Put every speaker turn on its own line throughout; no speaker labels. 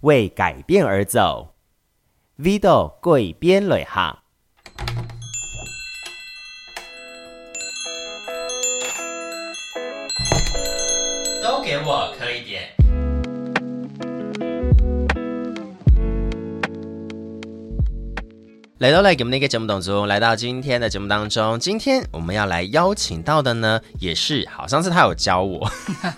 为改变而走。Vido 贵边磊哈，
都给我磕一点。来到 Like 我们的一个节目当中，来到今天的节目当中，今天我们要来邀请到的呢，也是好，上次他有教我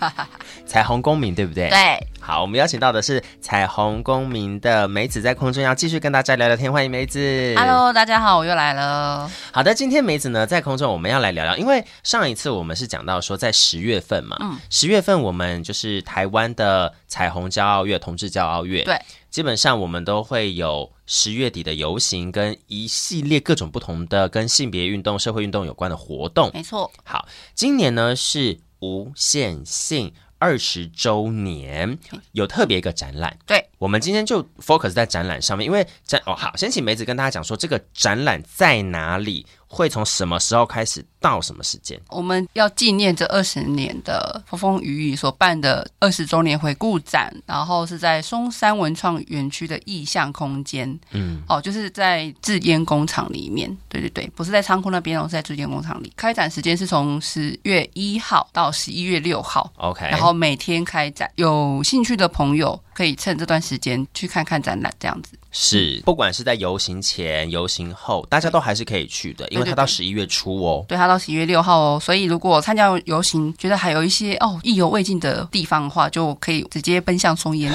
彩虹公民，对不对？。
对，
好，我们邀请到的是彩虹公民的梅子，在空中要继续跟大家聊聊天，欢迎梅子。
Hello，大家好，我又来了。
好的，今天梅子呢在空中我们要来聊聊，因为上一次我们是讲到说在十月份嘛，
嗯
十月份我们就是台湾的彩虹骄傲月、同志骄傲月，
对，
基本上我们都会有十月底的游行跟一系列各种不同的跟性别运动、社会运动有关的活动。
没错，
好，今年呢是无限性。二十周年有特别一个展览，
对
我们今天就 focus 在展览上面，因为展哦好，先请梅子跟大家讲说这个展览在哪里，会从什么时候开始到什么时间？
我们要纪念这二十年的风风雨雨所办的二十周年回顾展，然后是在松山文创园区的意象空间。
嗯，
哦，就是在制烟工厂里面，对对对，不是在仓库那边哦，是在制烟工厂里。开展时间是从十月一号到十一月六号，
OK，
然后每天开展。有兴趣的朋友可以趁这段时间去看看展览，这样子。
是不管是在游行前、游行后，大家都还是可以去的，因为它到
对对
十一月初哦。
对，它到十一月六号哦。所以如果参加游行，觉得还有一些哦意犹未尽的地方的话，就可以直接奔向松烟。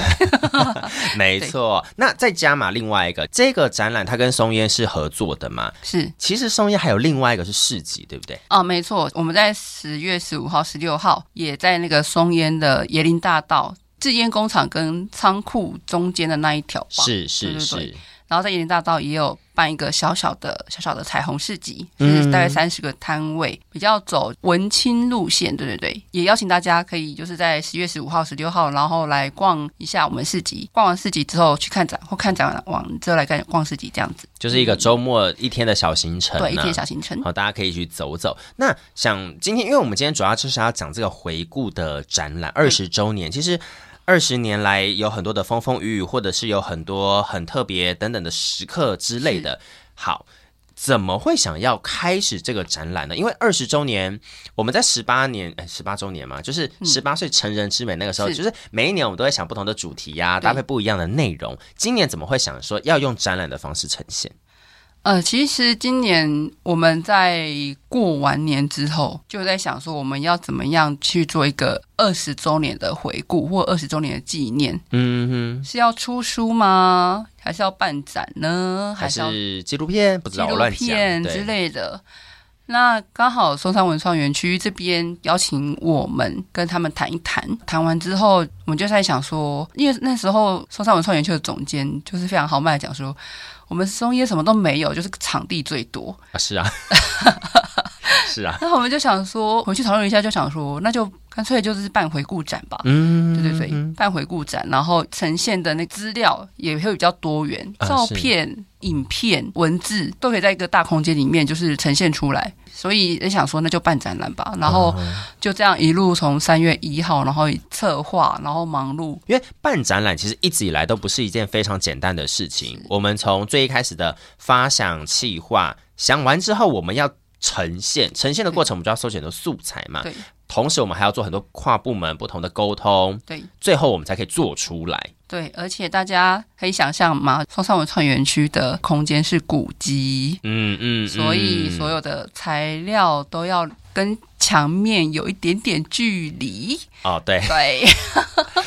没错，那再加码另外一个，这个展览它跟松烟是合作的嘛？
是
其实松烟还有另外一个是市集，对不对？
啊、没错，我们在十月十五号、十六号也在那个松烟的椰林大道。制烟工厂跟仓库中间的那一条吧，
是是
对
是，
对然后在椰林大道也有办一个小小的、小小的彩虹市集，就
嗯
是大概三十个摊位，比较走文青路线，对对对。也邀请大家可以就是在十月十五号、十六号，然后来逛一下我们市集。逛完市集之后去看展，或看展完之后来干逛市集，这样子。
就是一个周末一天的小行程、啊，
对，一天小行程。
好，大家可以去走走。那想今天，因为我们今天主要就是要讲这个回顾的展览二十周
嗯
年，其实。二十年来有很多的风风雨雨，或者是有很多很特别等等的时刻之类的。好，怎么会想要开始这个展览呢？因为二十周年，我们在十八年，哎，十八周年嘛，就是十八岁成人之美那个时候，
嗯是
就是每一年我们都会想不同的主题呀、
对
搭配不一样的内容。今年怎么会想说要用展览的方式呈现？
呃，其实今年我们在过完年之后，就在想说我们要怎么样去做一个二十周年的回顾或二十周年的纪念，
嗯哼，
是要出书吗？还是要办展呢？
还
还是要
是纪录片？不知
纪
道，我
录
乱讲
片
对
之类的。那刚好松山文创园区这边邀请我们跟他们谈一谈，谈完之后，我们就在想说，因为那时候松山文创园区的总监就是非常豪迈的讲说，我们松烟什么都没有，就是场地最多。
啊，是 啊，是啊，
那我们就想说，回去讨论一下，就想说，那就干脆就是办回顾展吧。
嗯，
对对对，办回顾展，然后呈现的那资料也会比较多元，
啊
照
是
片、影片、文字都可以在一个大空间里面就是呈现出来。所以也想说，那就办展览吧。然后
啊
就这样一路从三月一号，然后策划，然后忙碌，
因为办展览其实一直以来都不是一件非常简单的事情。我们从最一开始的发想、企划，想完之后，我们要呈现，呈现的过程我们就要搜集很多素材嘛。
对
同时，我们还要做很多跨部门不同的沟通，
对
最后我们才可以做出来。
对。而且大家可以想象嘛，松山文创园区的空间是古迹，
嗯嗯，
所以所
有
有的材料都要跟墙面有一点点距离。
哦，对，
对。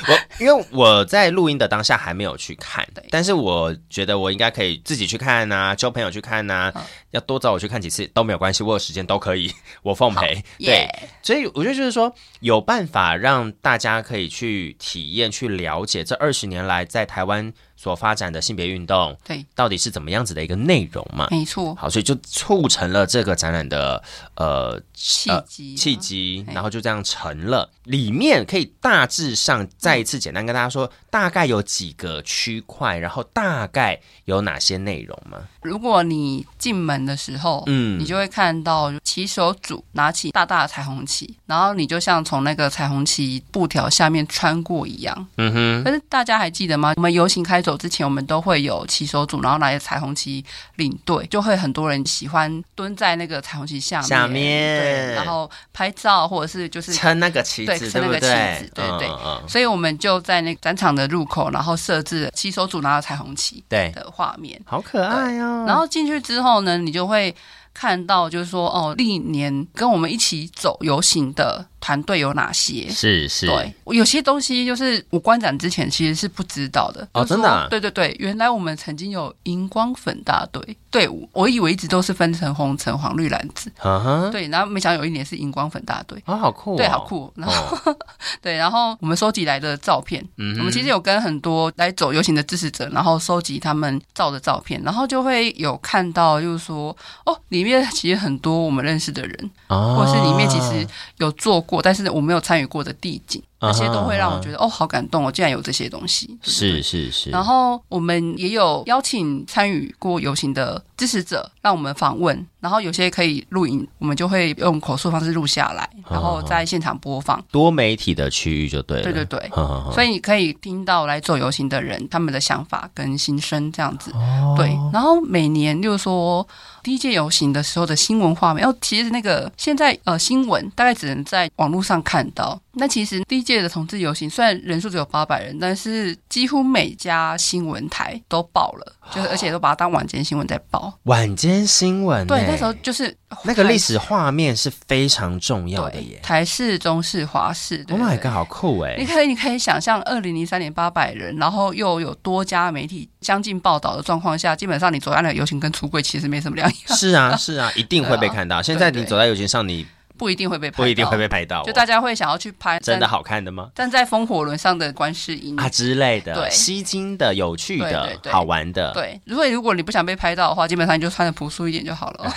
我因为我在录音的当下还没有去看
对，
但是我觉得我应该可以自己去看呐、交朋友去看呐、
好
要多找我去看几次都没有关系，我有时间都可以， 我奉陪。对
耶，
所以我觉得就是说，有办法让大家可以去体验、去了解这二十年来在台湾所发展的性别运动
对，
到底是怎么样子的一个内容嘛？
没错，
好，所以就促成了这个展览的呃
契机、
契，机，
哎
然后就这样成了。里面可以大致上再一次简单跟大家说，大概有几个区块，然后大概有哪些内容吗？
如果你进门的时候，
嗯
你就会看到骑手组拿起大大的彩虹旗，然后你就像从那个彩虹旗布条下面穿过一样。
嗯哼，
可是大家还记得吗？我们游行开走之前，我们都会有骑手组，然后拿着彩虹旗领队，就会很多人喜欢蹲在那个彩虹旗下面，
下面
对，然后拍照或者 是就是
撑那个旗
对
子，
撑那
不
个旗
对
子？对对
嗯嗯
所以我们就在那个展场的入口，然后设置骑手组拿着彩虹旗
对，
的画面。
好可爱哦。
然后进去之后呢，你就会看到，就是说哦，历年跟我们一起走游行的团队有哪些？
是是，
对，有些东西就是我观展之前其实是不知道的。
哦
就是
真的啊
说对对对，原来我们曾经有荧光粉大队队伍，我以为一直都是分成红、橙、黄、绿、蓝、紫。
嗯哼，
对，然后没想到有一年是荧光粉大队。
啊，好酷，
对，好。酷。然后、
哦，
对，然后我们收集来的照片，
嗯哼
我们其实有跟很多来走游行的支持者，然后收集他们照的照片，然后就会有看到，就是说，哦，里面其实很多我们认识的人，
哦
或者是里面其实有做过，但是我没有参与过的地景，
啊哈
这些都会让我
啊哈
觉得，哦，好感动哦，竟然有这些东西。
是是是，
然后我们也有邀请参与过游行的支持者，让我们访问，然后有些可以录影，我们就会用口述方式录下来，然后在现场播放。
多媒体的区域就啊对了，
对对对，
所
所以你可以听到来做游行的人他们的想法跟心声这样子。
哦
对，然后每年就是说第一届游行的时候的新闻画面，哦，其实那个现在呃新闻大概只能在网络上看到。那其实第一届的同志游行虽然人数只有八百人，但是几乎每家新闻台都报了，
哦
就是而且都把它当晚间新闻在报。
晚间新闻呢，
对，那时候就是
那个
台
历史画面是非常重要的
对
耶。
台视、中视、华视。对
Oh my
对
god，好酷哎
你！ 可以，你可以想象，二零零三年八百人，然后又有多家媒体相近报道的状况下，基本上你走在那个游行跟出柜其实没什么两样，
是啊，是啊，一定会被看到。现在你走在游行上，你
不一定会被拍到，
不一定会被拍到哦，
就大家会想要去拍
真的
站
好看的吗？
站在风火轮上的观世音。
啊之类的，
对
吸睛的、有趣
对
的
对、对
好玩的，
对，所以如果你不想被拍到的话，基本上你就穿的朴素一点就好 了。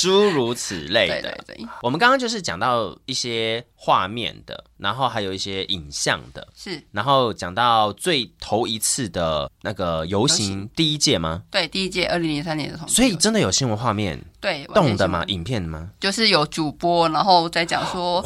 诸如此类
对
的
对。对，
我们刚刚就是讲到一些画面的，然后还有一些影像的，
是
然后讲到最头一次的那个游
游
行第一届吗？
对第一届二零零三年的同志
所以
游行
真的有新闻画面
对
动的吗
嘛，？
影片吗？
就是有主播，然后再讲说，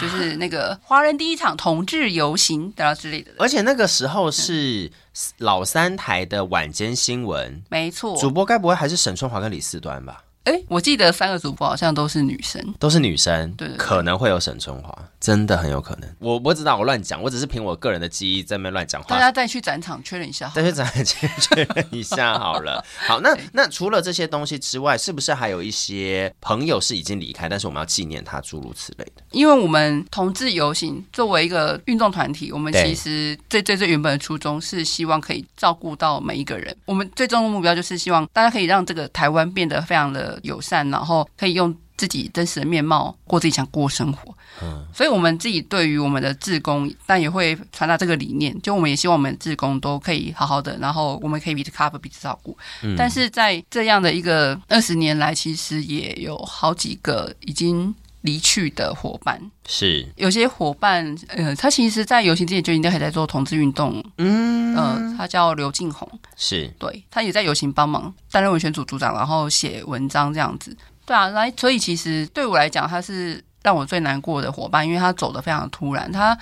就是那个华人第一场同志游行，然后之类的。
而且那个时候是老三台的晚间新闻，
没错，
主播该不会还是沈春华跟李四端吧？
哎，我记得三个主播好像都是女生。
都是女生，
对对对
可能会有沈春华，真的很有可能。我我知道我乱讲，我只是凭我个人的记忆在那边乱讲
大
话。
家再去展场确认一下好
但
了，
是咱们确认一下好 了。好，那那除了这些东西之外，是不是还有一些朋友是已经离开，但是我们要纪念他，诸如此类的？
因为我们同志游行作为一个运动团体，我们
对
其实最最最原本的初衷是希望可以照顾到每一个人。我们最终的目标就是希望大家可以让这个台湾变得非常的友善，然后可以用自己真实的面貌过自己想过的生活。所以我们自己对于我们的志工，但也会传达这个理念，就我们也希望我们的志工都可以好好的，然后我们可以彼此 cover 彼此照顾。但是在这样的一个二十年来，其实也有好几个已经。离去的伙伴，
是，
有些伙伴，呃，他其实，在游行之前就应该还在做同志运动，
嗯，
呃，他叫刘进红，
是
对他也在游行帮忙担任文宣组组长，然后写文章这样子。对啊，来，所以其实对我来讲，他是让我最难过的伙伴，因为他走的非常突然。他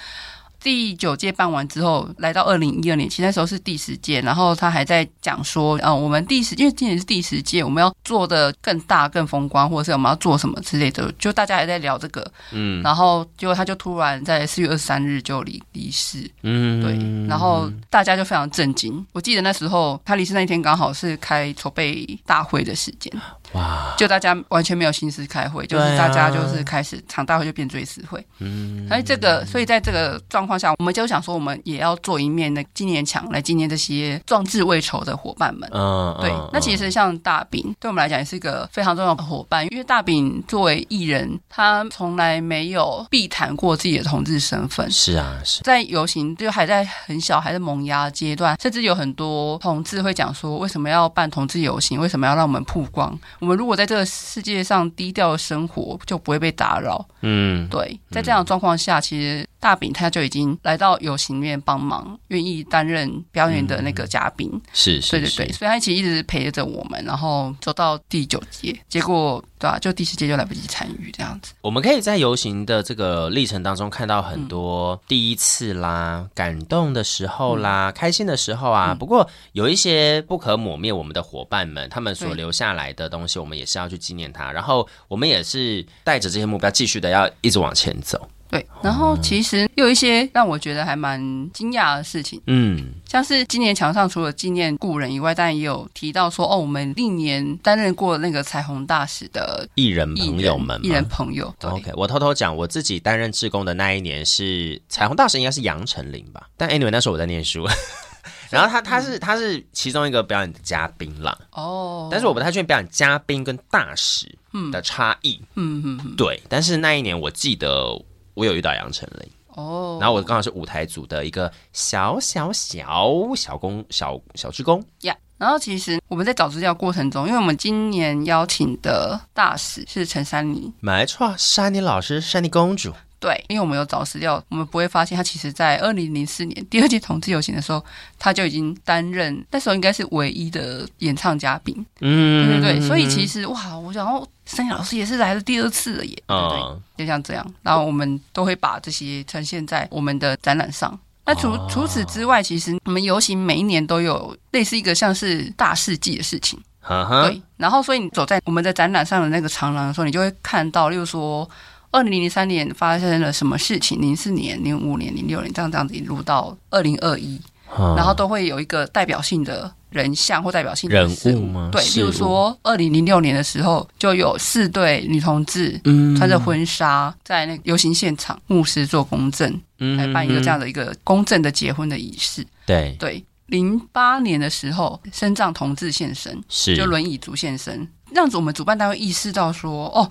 第九届办完之后，来到二零一二年，其实那时候是第十届，然后他还在讲说，呃，我们第十，因为今年是第十届，我们要做的更大、更风光，或者是我们要做什么之类的，就大家还在聊这个。
嗯，
然后结果他就突然在四月二十三日就离离世，
嗯，
对，然后大家就非常震惊。我记得那时候他离世那一天刚好是开筹备大会的时间，
哇，
就大家完全没有心思开会，就是
对啊
大家就是开始场大会就变追思会，
嗯，
所以这个，所以在这个状况下，我们就想说，我们也要做一面的纪念墙来纪念这些壮志未酬的伙伴们。
嗯，
对
嗯，
那其实像大饼，对我们来讲也是一个非常重要的伙伴，因为大饼作为艺人，他从来没有避谈过自己的同志身份
嗯。是啊，是
在游行就还在很小，还在萌芽阶段，甚至有很多同志会讲说，为什么要办同志游行？为什么要让我们曝光？我们如果在这个世界上低调的生活，就不会被打扰。
嗯，
对，在这样的状况下，其实大饼他就已经来到游行里面帮忙，愿意担任表演的那个嘉宾。
是是，
对对
嗯是
对，，所以他其实一直陪着我们，然后走到第九届，结果对啊，就第十届就来不及参与这样子。
我们可以在游行的这个历程当中看到很
嗯
多第一次啦、感动的时候啦、开心的时候啊。
嗯
不过有一些不可抹灭我们的伙伴们，他们所
对
留下来的东西，我们也是要去纪念他。然后我们也是带着这些目标，继续的要一直往前走。
对，然
哦
后其实又有一些让我觉得还蛮惊讶的事情，
嗯，
像是今年墙上除了纪念故人以外，当然也有提到说，哦，我们历年担任过那个彩虹大使的
艺人
艺人
朋友们
艺
嘛
人朋友，对
OK，我偷偷讲，我自己担任志工的那一年是彩虹大使，应该是杨丞琳吧？但 anyway，那时候我在念书， 然后他他是他是其中一个表演的嘉宾啦，
哦，
但是我不太确定表演嘉宾跟大使的差异。
嗯嗯嗯，
对，但是那一年我记得我有遇到杨丞琳，
哦，
然后我刚好是舞台组的一个小小小小工小小职工。
呀。然后其实我们在找资料过程中，因为我们今年邀请的大使是陈珊妮，
没错，珊妮老师，珊妮公主，
对，因为我们有找资料，我们不会发现他其实在二零零四年第二届同志游行的时候，他就已经担任那时候应该是唯一的演唱嘉宾，对对
嗯
对，所以其实哇，我想哦，珊妮老师也是来了第二次了耶，对不对？
嗯，
就像这样，然后我们都会把这些呈现在我们的展览上。那除
哦
除此之外，其实我们游行每一年都有类似一个像是大事记的事情，
哈
对
哈，。
然后，所以你走在我们的展览上的那个长廊的时候，你就会看到，例如说，二零零三年发生了什么事情，零四年、零五年、零六年，这样这样子一路到二零二一，
嗯
然后都会有一个代表性的人像或代表性的
人
事
物吗
对，
事
例如说，二零零六年的时候，就有四对女同志
嗯
穿着婚纱在那个游行现场，牧师做公证，
嗯
来办一个这样
的
的一个公证的结婚的仪式。
对
对，零八年的时候，身障同志现身，
是
就轮椅族现身，让我们主办单位意识到说，哦，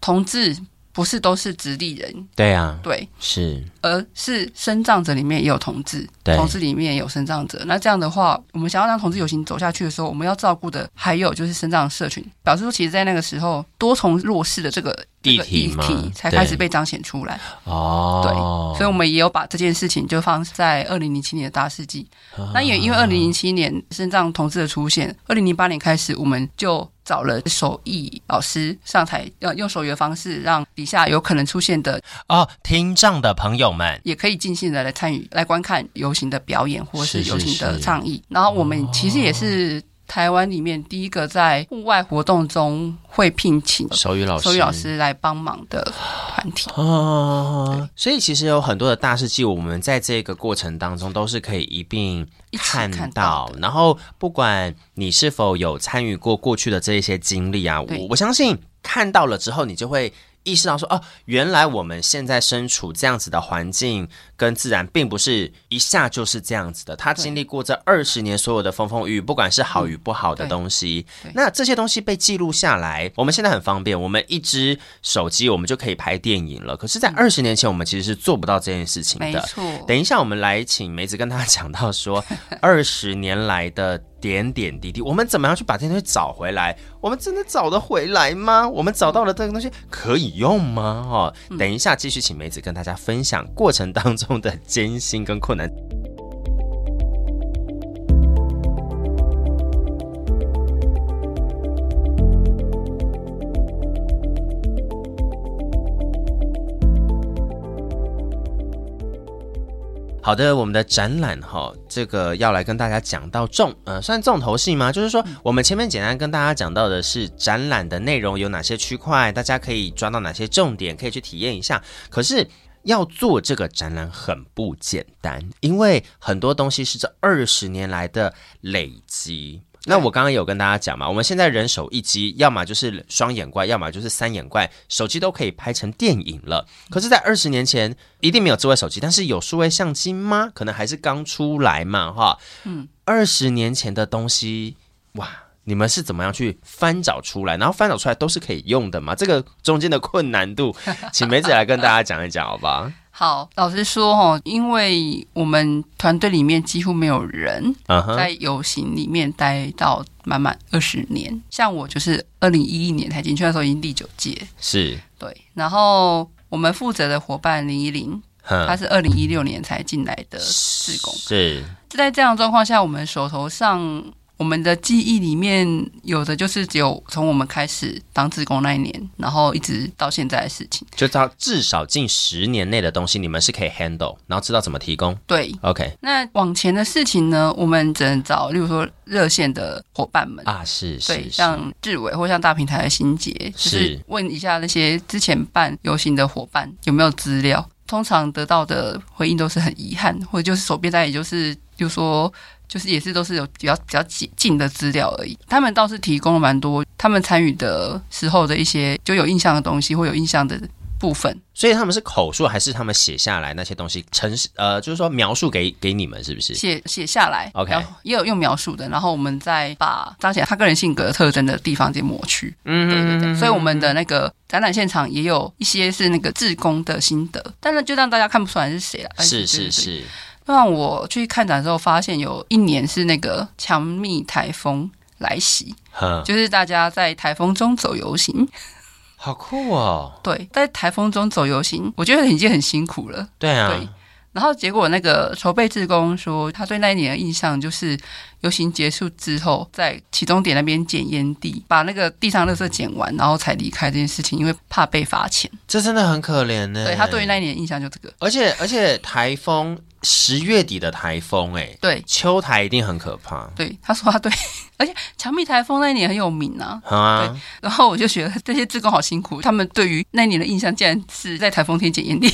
同志不是都是直立人，
对啊
对，
是
而是身障者里面也有同志，
对
同志里面也有身障者。那这样的话，我们想要让同志游行走下去的时候，我们要照顾的还有就是身障社群。表示说，其实，在那个时候，多重弱势的这个这个
议
议
题嘛
题才开始
对
被彰显出来。对，
哦，
所以我们也有把这件事情就放在二零零七年的大事记。
啊
那也因为二零零七年肾脏同志的出现，二零零八年开始，我们就找了手艺老师上台，呃，用手语的方式，让底下有可能出现的
哦，听障的朋友们，
也可以尽兴的来参与、来观看游行的表演或是
是是
游行的
是哦
倡议。然后我们其实也是台湾里面第一个在户外活动中会聘请
手语老师，
手语老师来帮忙的团体。
哦，所以其实有很多的大事记，我们在这个过程当中都是可以一并
一起
看
看
到
到。的
然后，不管你是否有参与过过去的这一些经历啊，
对
我我相信看到了之后，你就会意识到说，哦，原来我们现在身处这样子的环境跟自然，并不是一下就是这样子的。他经历过这二十年所有的风风雨雨，不管是好与不好的
嗯对
东西，
对
那这些东西被记录下来，我们现在很方便，我们一支手机我们就可以拍电影了。可是，在二十年前，我们其实是做不到这件事情
嗯没
的。
错，
等一下，我们来请梅子跟大家讲到说， 二十年来的点点滴滴，我们怎么样去把这些东西找回来？我们真的找得回来吗？我们找到了这个东西可以用吗？哦，
嗯
等一下继续请梅子跟大家分享过程当中的艰辛跟困难。好的，我们的展览哈，这个要来跟大家讲到重，呃，算重头戏吗？就是说，我们前面简单跟大家讲到的是展览的内容有哪些区块，大家可以抓到哪些重点，可以去体验一下。可是要做这个展览很不简单，因为很多东西是这二十年来的累积。那我刚刚有跟大家讲嘛，我们现在人手一机，要么就是双眼怪，要么就是三眼怪，手机都可以拍成电影了。可是，在二十年前，一定没有智慧手机，但是有数位相机吗？可能还是刚出来嘛，哈。嗯，二十年前的东西，哇，你们是怎么样去翻找出来？然后翻找出来都是可以用的吗？这个中间的困难 度，请梅子来跟大家讲一讲，好吧？
好，老实说哦，因为我们团队里面几乎没有人
嗯哼，
在游行里面待到满满二十年，像我就是二零一一年才进去的时候已经第九届，
是，
对。然后我们负责的伙伴林依林，他
哼，
是二零一六年才进来的志工，
嗯是，
在这样的状况下，我们手头上。我们的记忆里面有的就是只有从我们开始当志工那一年，然后一直到现在的事情。
就到至少近十年内的东西，你们是可以 handle，然后知道怎么提供。
对，
OK
那往前的事情呢，我们只能找，例如说热线的伙伴们。
啊，是是
对，
是
像志伟或像大平台的心杰，就是是问一下那些之前办游行的伙伴有没有资料。通常得到的回应都是很遗憾，或者就是手边在，也就是就说就是也是都是有比较比较近近的资料而已。他们倒是提供了蛮多他们参与的时候的一些就有印象的东西或有印象的部分。
所以他们是口述还是他们写下来那些东西呈呃，就是说描述给给你们是不是？
写写下来
OK
然后也有用描述的，然后我们再把彰显他个人性格特征的地方给抹去。
嗯
对对对，所以我们的那个展览现场也有一些是那个志工的心得，但是就让大家看不出来是谁了。但
是
对
是
对对
是，
让我去看展的时候，发现有一年是那个强密台风来袭，
哼，
就是大家在台风中走游行。
好酷哦！
对，在台风中走游行，我觉得已经很辛苦了。
对啊，
对然后结果那个筹备志工说，他对那一年的印象就是游行结束之后，在起终点那边捡烟蒂，把那个地上垃圾捡完，然后才离开这件事情，因为怕被罚钱。
这真的很可怜呢。
对他对于那一年的印象就这个。
而且而且台风十月底的台风，哎，
对
秋台一定很可怕。
对，他说他对，而且强密台风那一年很有名啊。
好啊，
然后我就觉得这些志工好辛苦，他们对于那一年的印象竟然是在台风天捡烟蒂。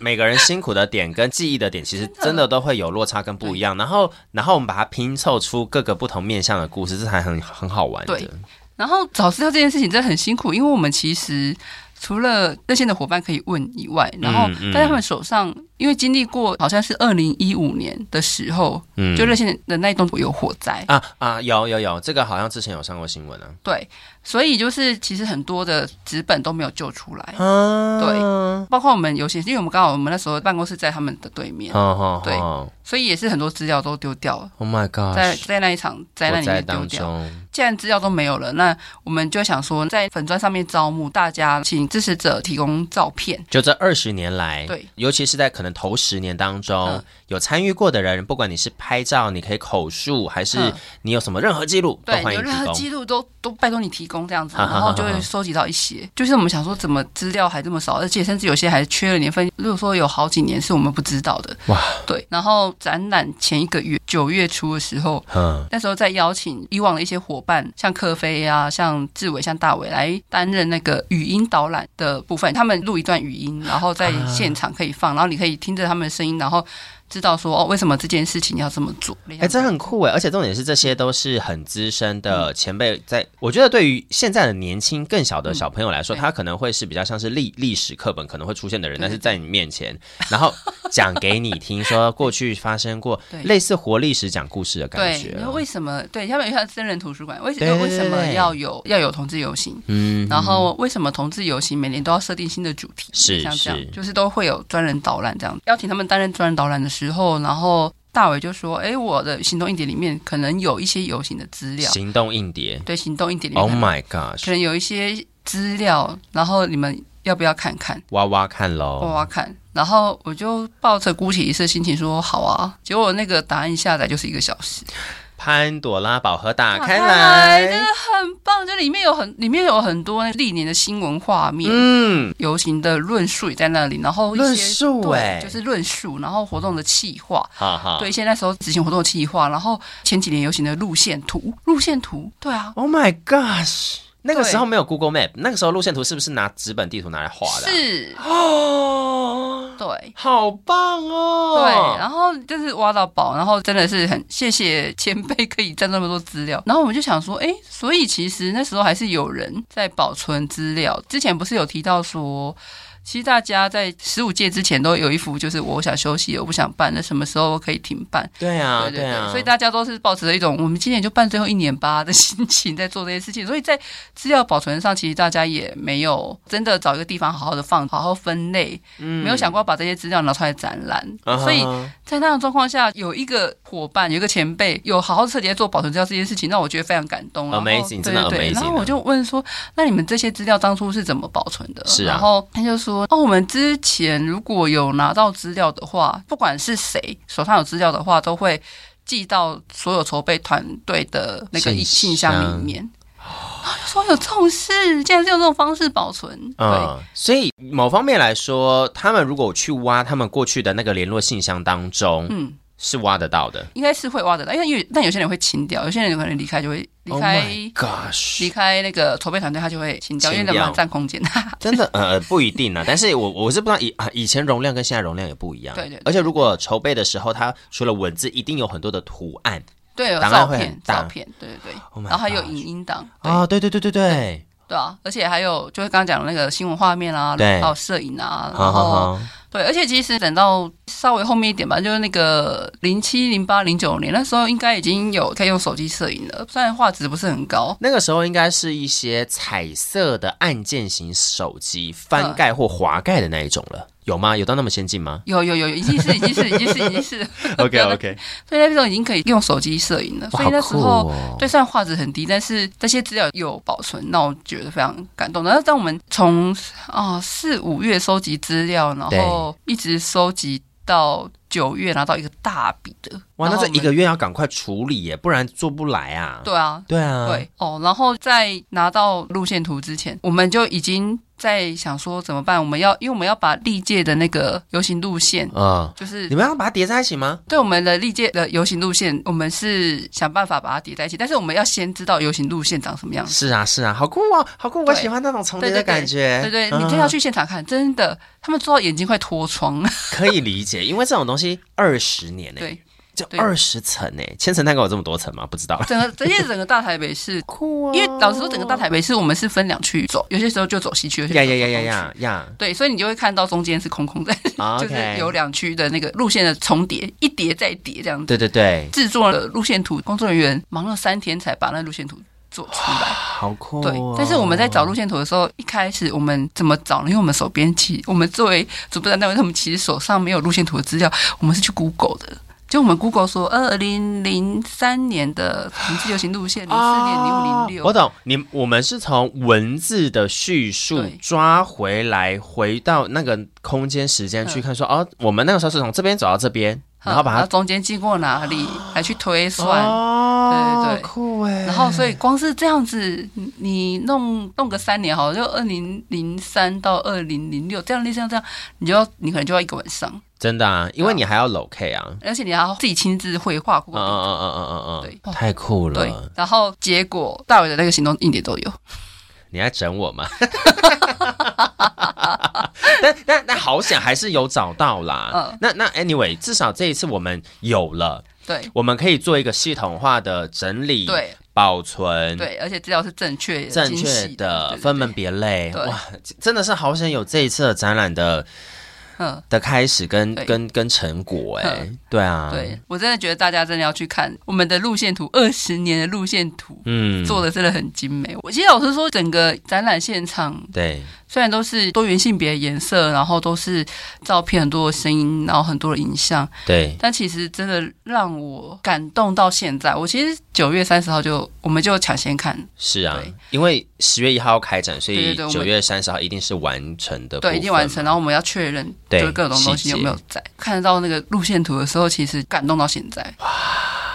每个人辛苦的点跟记忆的点，其实真的都会有落差跟不一样。然后，然后我们把它拼凑出各个不同面向的故事，这才很很好玩的
对。然后找资料这件事情真的很辛苦，因为我们其实除了热线的伙伴可以问以外，然后
嗯嗯
但是他们手上因为经历过好像是二零一五年的时候，
嗯
就热线的那一栋有火灾，
啊啊，有有有，这个好像之前有上过新闻啊。
对，所以就是其实很多的纸本都没有救出来，
啊，
对
哦，
包括我们有些，因为我们刚好我们那时候办公室在他们的对面，
哦，
对
哦
所以也是很多资料都丢掉了。
，Oh my God，
在在那一场灾难里面丢
当
掉，
中，
既然资料都没有了，那我们就想说，在粉砖上面招募大家，请支持者提供照片，
就这二十年来，
对，
尤其是在可能头十年当中，
嗯
有参与过的人，不管你是拍照，你可以口述，还是
嗯
你有什么任何记录，都
对，
欢
有
迎
任
提
何
供。
记录都都拜托你提供这样子，
哈哈哈
然
哈
后就会收集到一些。就是我们想说，怎么资料还这么少，而且甚至有些还缺了年份。如果说有好几年是我们不知道的，
哇，
对。然后展览前一个月，九月初的时候。
嗯，
那时候在邀请以往的一些伙伴，像柯飞啊、像志伟、像大伟来担任那个语音导览的部分，他们录一段语音，然后在
啊
现场可以放，然后你可以听着他们的声音，然后知道说哦，为什么这件事情要这么做。
哎、这很酷哎，而且重点是这些都是很资深的
嗯
前辈在，我觉得对于现在的年轻更小的小朋友来说，
嗯对
他可能会是比较像是历历史课本可能会出现的人，
对
但是在你面前，然后讲给你听， 说过去发生过
对
类似活历史讲故事的感
对，
觉
你，说为什么？对，他们有像真人图书馆，为什
对对
为什么
对对
要有要有同志游行？
嗯，
然后为什么同志游行每年都要设定新的主题？
是
像这
是
样，就是都会有专人导览这样。邀请他们担任专人导览的时候，然后大伟就说：“哎，我的行动硬碟里面可能有一些游行的资料，
行动硬碟
对，行动硬碟里面
，Oh
可能
my
可
gosh，
能有一些资料，然后你们要不要看看？”
挖挖看
挖
喽，
挖看，然后我就抱着姑且一试的心情说好啊，结果那个答案一下载就是一个小时，
潘朵拉宝盒打
打
开
开来哎真
来，
很棒，这里面有很里面有很多那历年的新闻画面。
嗯，
游行的论述也在那里，然后一些
论述哎啊
对，就是论述，然后活动的企划，
哈哈，
对，现在那时候执行活动的企划，然后前几年游行的路线图，路线图，对啊，
，Oh my gosh，那个时候没有 Google Map，那个时候路线图是不是拿纸本地图拿来画的啊、
是，
哦，
对。
好棒
对，啊
哦！
然后就是挖到宝，然后真的是很谢谢前辈可以占那么多资料。然后我们就想说，哎，所以其实那时候还是有人在保存资料。之前不是有提到说，其实大家在十五届之前都有一幅就是我想休息，我不想办，那什么时候可以停办？
对对啊，
对对对，
啊，
所以大家都是抱持着一种我们今年就办最后一年吧的心情在做这些事情，所以在资料保存上，其实大家也没有真的找一个地方好好的放，好好分类，
嗯
没有想过要把这些资料拿出来展览。
啊哈
所以在那样的状况下，有一个伙伴，有一个前辈，有好好彻底在做保存资料这件事情，让我觉得非常感动。然后
Amazing，真的
对对对
amazing 啊
然后我就问说，那你们这些资料当初是怎么保存的？
是啊
然后他就说，哦，我们之前如果有拿到资料的话，不管是谁手上有资料的话，都会寄到所有筹备团队的那个
信
信箱里面。然后就说有这种事，竟然是用这种方式保存，对。
嗯，所以某方面来说，他们如果去挖他们过去的那个联络信箱当中，
嗯，
是挖得到的。
应该是会挖得到，因为因为但有些人会清掉，有些人有可能离开就会离
Oh
开
my
离
gosh！
开那个筹备团队，他就会清掉，因为
清掉
人蛮占空间。
真的呃不一定啊，但是我我是不知道以啊以前容量跟现在容量也不一样，
对对对
而且如果筹备的时候，它除了文字，一定有很多的图案
对，有
档案
照
会
片
很，大
照片，对对对
Oh my
然后还有
gosh
影音档，对、
啊，对对对对对，
对啊，而且还有就是刚刚讲的那个新闻画面啊，
对
还有摄影啊，然
好
后
好好，
对，而且其实等到稍微后面一点吧，就是那个零七、零八、零九年那时候，应该已经有可以用手机摄影了，虽然画质不是很高，
那个时候应该是一些彩色的按键型手机翻盖或滑盖的那一种了，有吗？有到那么先进 吗
有有有，已经是已经是已经是已经是，
？OK OK，
所以那时候已经可以用手机摄影了，所以那时
哦
候。对，虽然画质很低，但是这些资料有保存，让我觉得非常感动。然后当我们从啊四五月收集资料，然后一直收集到九月拿到一个大笔的，
哇，那
然后
这
我们
一个月要赶快处理耶，不然做不来啊。
对啊，
对啊，
对、哦，然后在拿到路线图之前，我们就已经在想说怎么办？我们要因为我们要把历届的那个游行路线，
啊、
就是
你们要把它叠在一起吗？
对我们的历届的游行路线，我们是想办法把它叠在一起，但是我们要先知道游行路线长什么样子。
是啊，是啊，好酷哦，好酷！我
对
喜欢那种重叠的
嗯对对对
感觉。
对对，
嗯
你真要去现场看，真的，他们做到眼睛快脱窗了。
可以理解，因为这种东西二十年呢，欸
对，
就
对
二十层呢，千层蛋糕有这么多层吗？不知道。
整个这些整个大台北市，
酷哦
因为老实说，整个大台北市我们是分两区走，有些时候就走西区，有些时
呀呀
候走
呀
东
呀
区。
呀呀
对，所以你就会看到中间是空空的，
啊
就是
！OK，
有两区的那个路线的重叠，一叠再叠这样子。
对对对，
制作了路线图，工作人员忙了三天才把那路线图做出来。
好酷、哦。
对，但是我们在找路线图的时候，一开始我们怎么找呢？因为我们手边其我们作为主办单位，他们其实手上没有路线图的资料，我们是去 Google 的。就我们 Google 说，二零零三年的同志流行路线，零四年、零五、零
哦我
六，
懂你，我们是从文字的叙述
对
抓回来，回到那个空间时间
嗯
去看说，哦，我们那个时候是从这边走到这边，然后把它
中间经过哪里，还去推算。
哦
对对对
酷哎，
然后，所以光是这样子，你你弄弄个三年好了，就二零零三到二零零六，这样类似像这样，你就要你可能就要一个晚上，
真的啊，因为你还要 locate 啊，
而且你还要自己亲自绘画
嗯
过
嗯
地
嗯嗯嗯嗯嗯，
对
太酷
对
了，，
然后结果大伟的那个行动硬碟都有，
你在整我 吗？但但但好险还是有找到啦。
嗯
那那 anyway，至少这一次我们有了，
对
我们可以做一个系统化的整理、
对
保存、
对，而且资料是正确、
嗯正
精
确
细
的
对对
分门别类。
对
哇，真的是好想有这一次的展览的
嗯。
的开始跟
对
跟跟成果哎、
嗯
对啊，
对，我真的觉得大家真的要去看我们的路线图，二十年的路线图
嗯，
做的真的很精美。我其实老实说，整个展览现场
对
虽然都是多元性别、颜色，然后都是照片、很多的声音，然后很多的影像，
对，
但其实真的让我感动到现在。我其实九月三十号就我们就抢先看，
是啊
对，
因为十月一号要开展，所
对
以
对对我们
九月三十号一定是完成的，
对，已经完成，。然后我们要确认，
对
就是各种东西有没有在。看得到那个路线图的时候，其实感动到现在。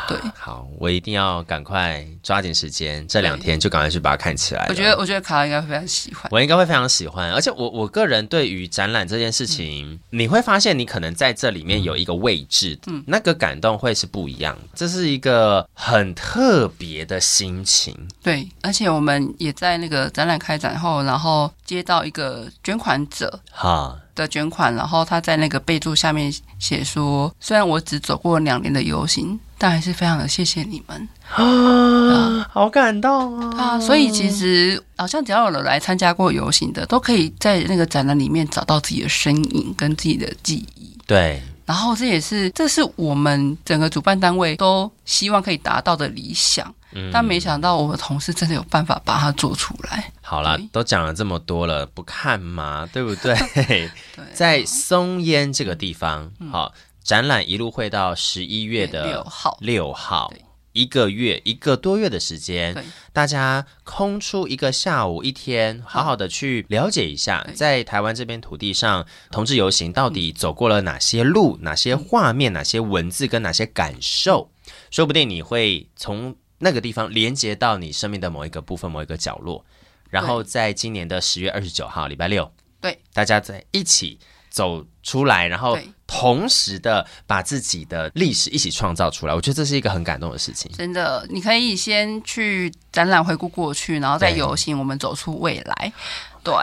对，
好，我一定要赶快抓紧时间，这两天就赶快去把它看起来了。
我觉得我觉得卡拉应该会非常喜欢。
我应该会非常喜欢，而且我我个人对于展览这件事情，
嗯
你会发现你可能在这里面有一个位置，嗯，那个感动会是不一样的，这是一个很特别的心情，
对，而且我们也在那个展览开展后，然后接到一个捐款者
哈，
的捐款，然后他在那个备注下面写说，虽然我只走过两年的游行，但还是非常的谢谢你 们
啊，好感动啊！
啊。所以其实好像只要有来参加过游行的，都可以在那个展览里面找到自己的身影跟自己的记忆。
对，
然后这也是这是我们整个主办单位都希望可以达到的理想，
嗯
但没想到我的同事真的有办法把它做出来。
好啦
对，
都讲了这么多了，不看 嘛，对不对？
对啊嗯
在松烟这个地方，好，展览一路会到十一月
六
的
号，
六号
对。
一个月一个多月的时间
对，
大家空出一个下午一天，好好的去了解一下，
对嗯
在台湾这片土地上，同志游行到底走过了哪些路、哪些画面、哪些文字跟哪些感受，
嗯
说不定你会从那个地方连接到你生命的某一个部分、某一个角落。然后在今年的十月二十九号，礼拜六，
对，
大家在一起走出来，然后
对
同时的把自己的历史一起创造出来。我觉得这是一个很感动的事情。
真的，你可以先去展览回顾过去，然后再
对
游行，我们走出未来。对，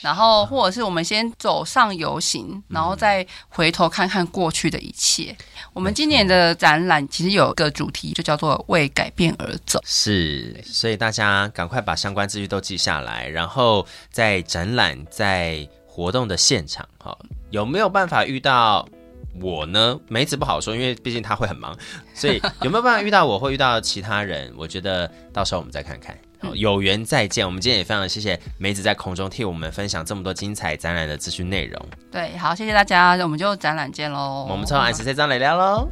然后或啊者是嗯我们先走上游行，然后再回头看看过去的一切。我们今年的展览其实有一个主题，就叫做“为改变而走
是，所以大家赶快把相关资讯都记下来，然后在展览、在活动的现场，哈、有没有办法遇到我呢？梅子不好说，因为毕竟他会很忙，所以有没有办法遇到我，或遇到其他人？我觉得到时候我们再看看。好有缘再见！我们今天也非常谢谢梅子在空中替我们分享这么多精彩展览的资讯内容。”。
对，好，谢谢大家，那我们就展览见喽。
我们从按时再张来聊喽。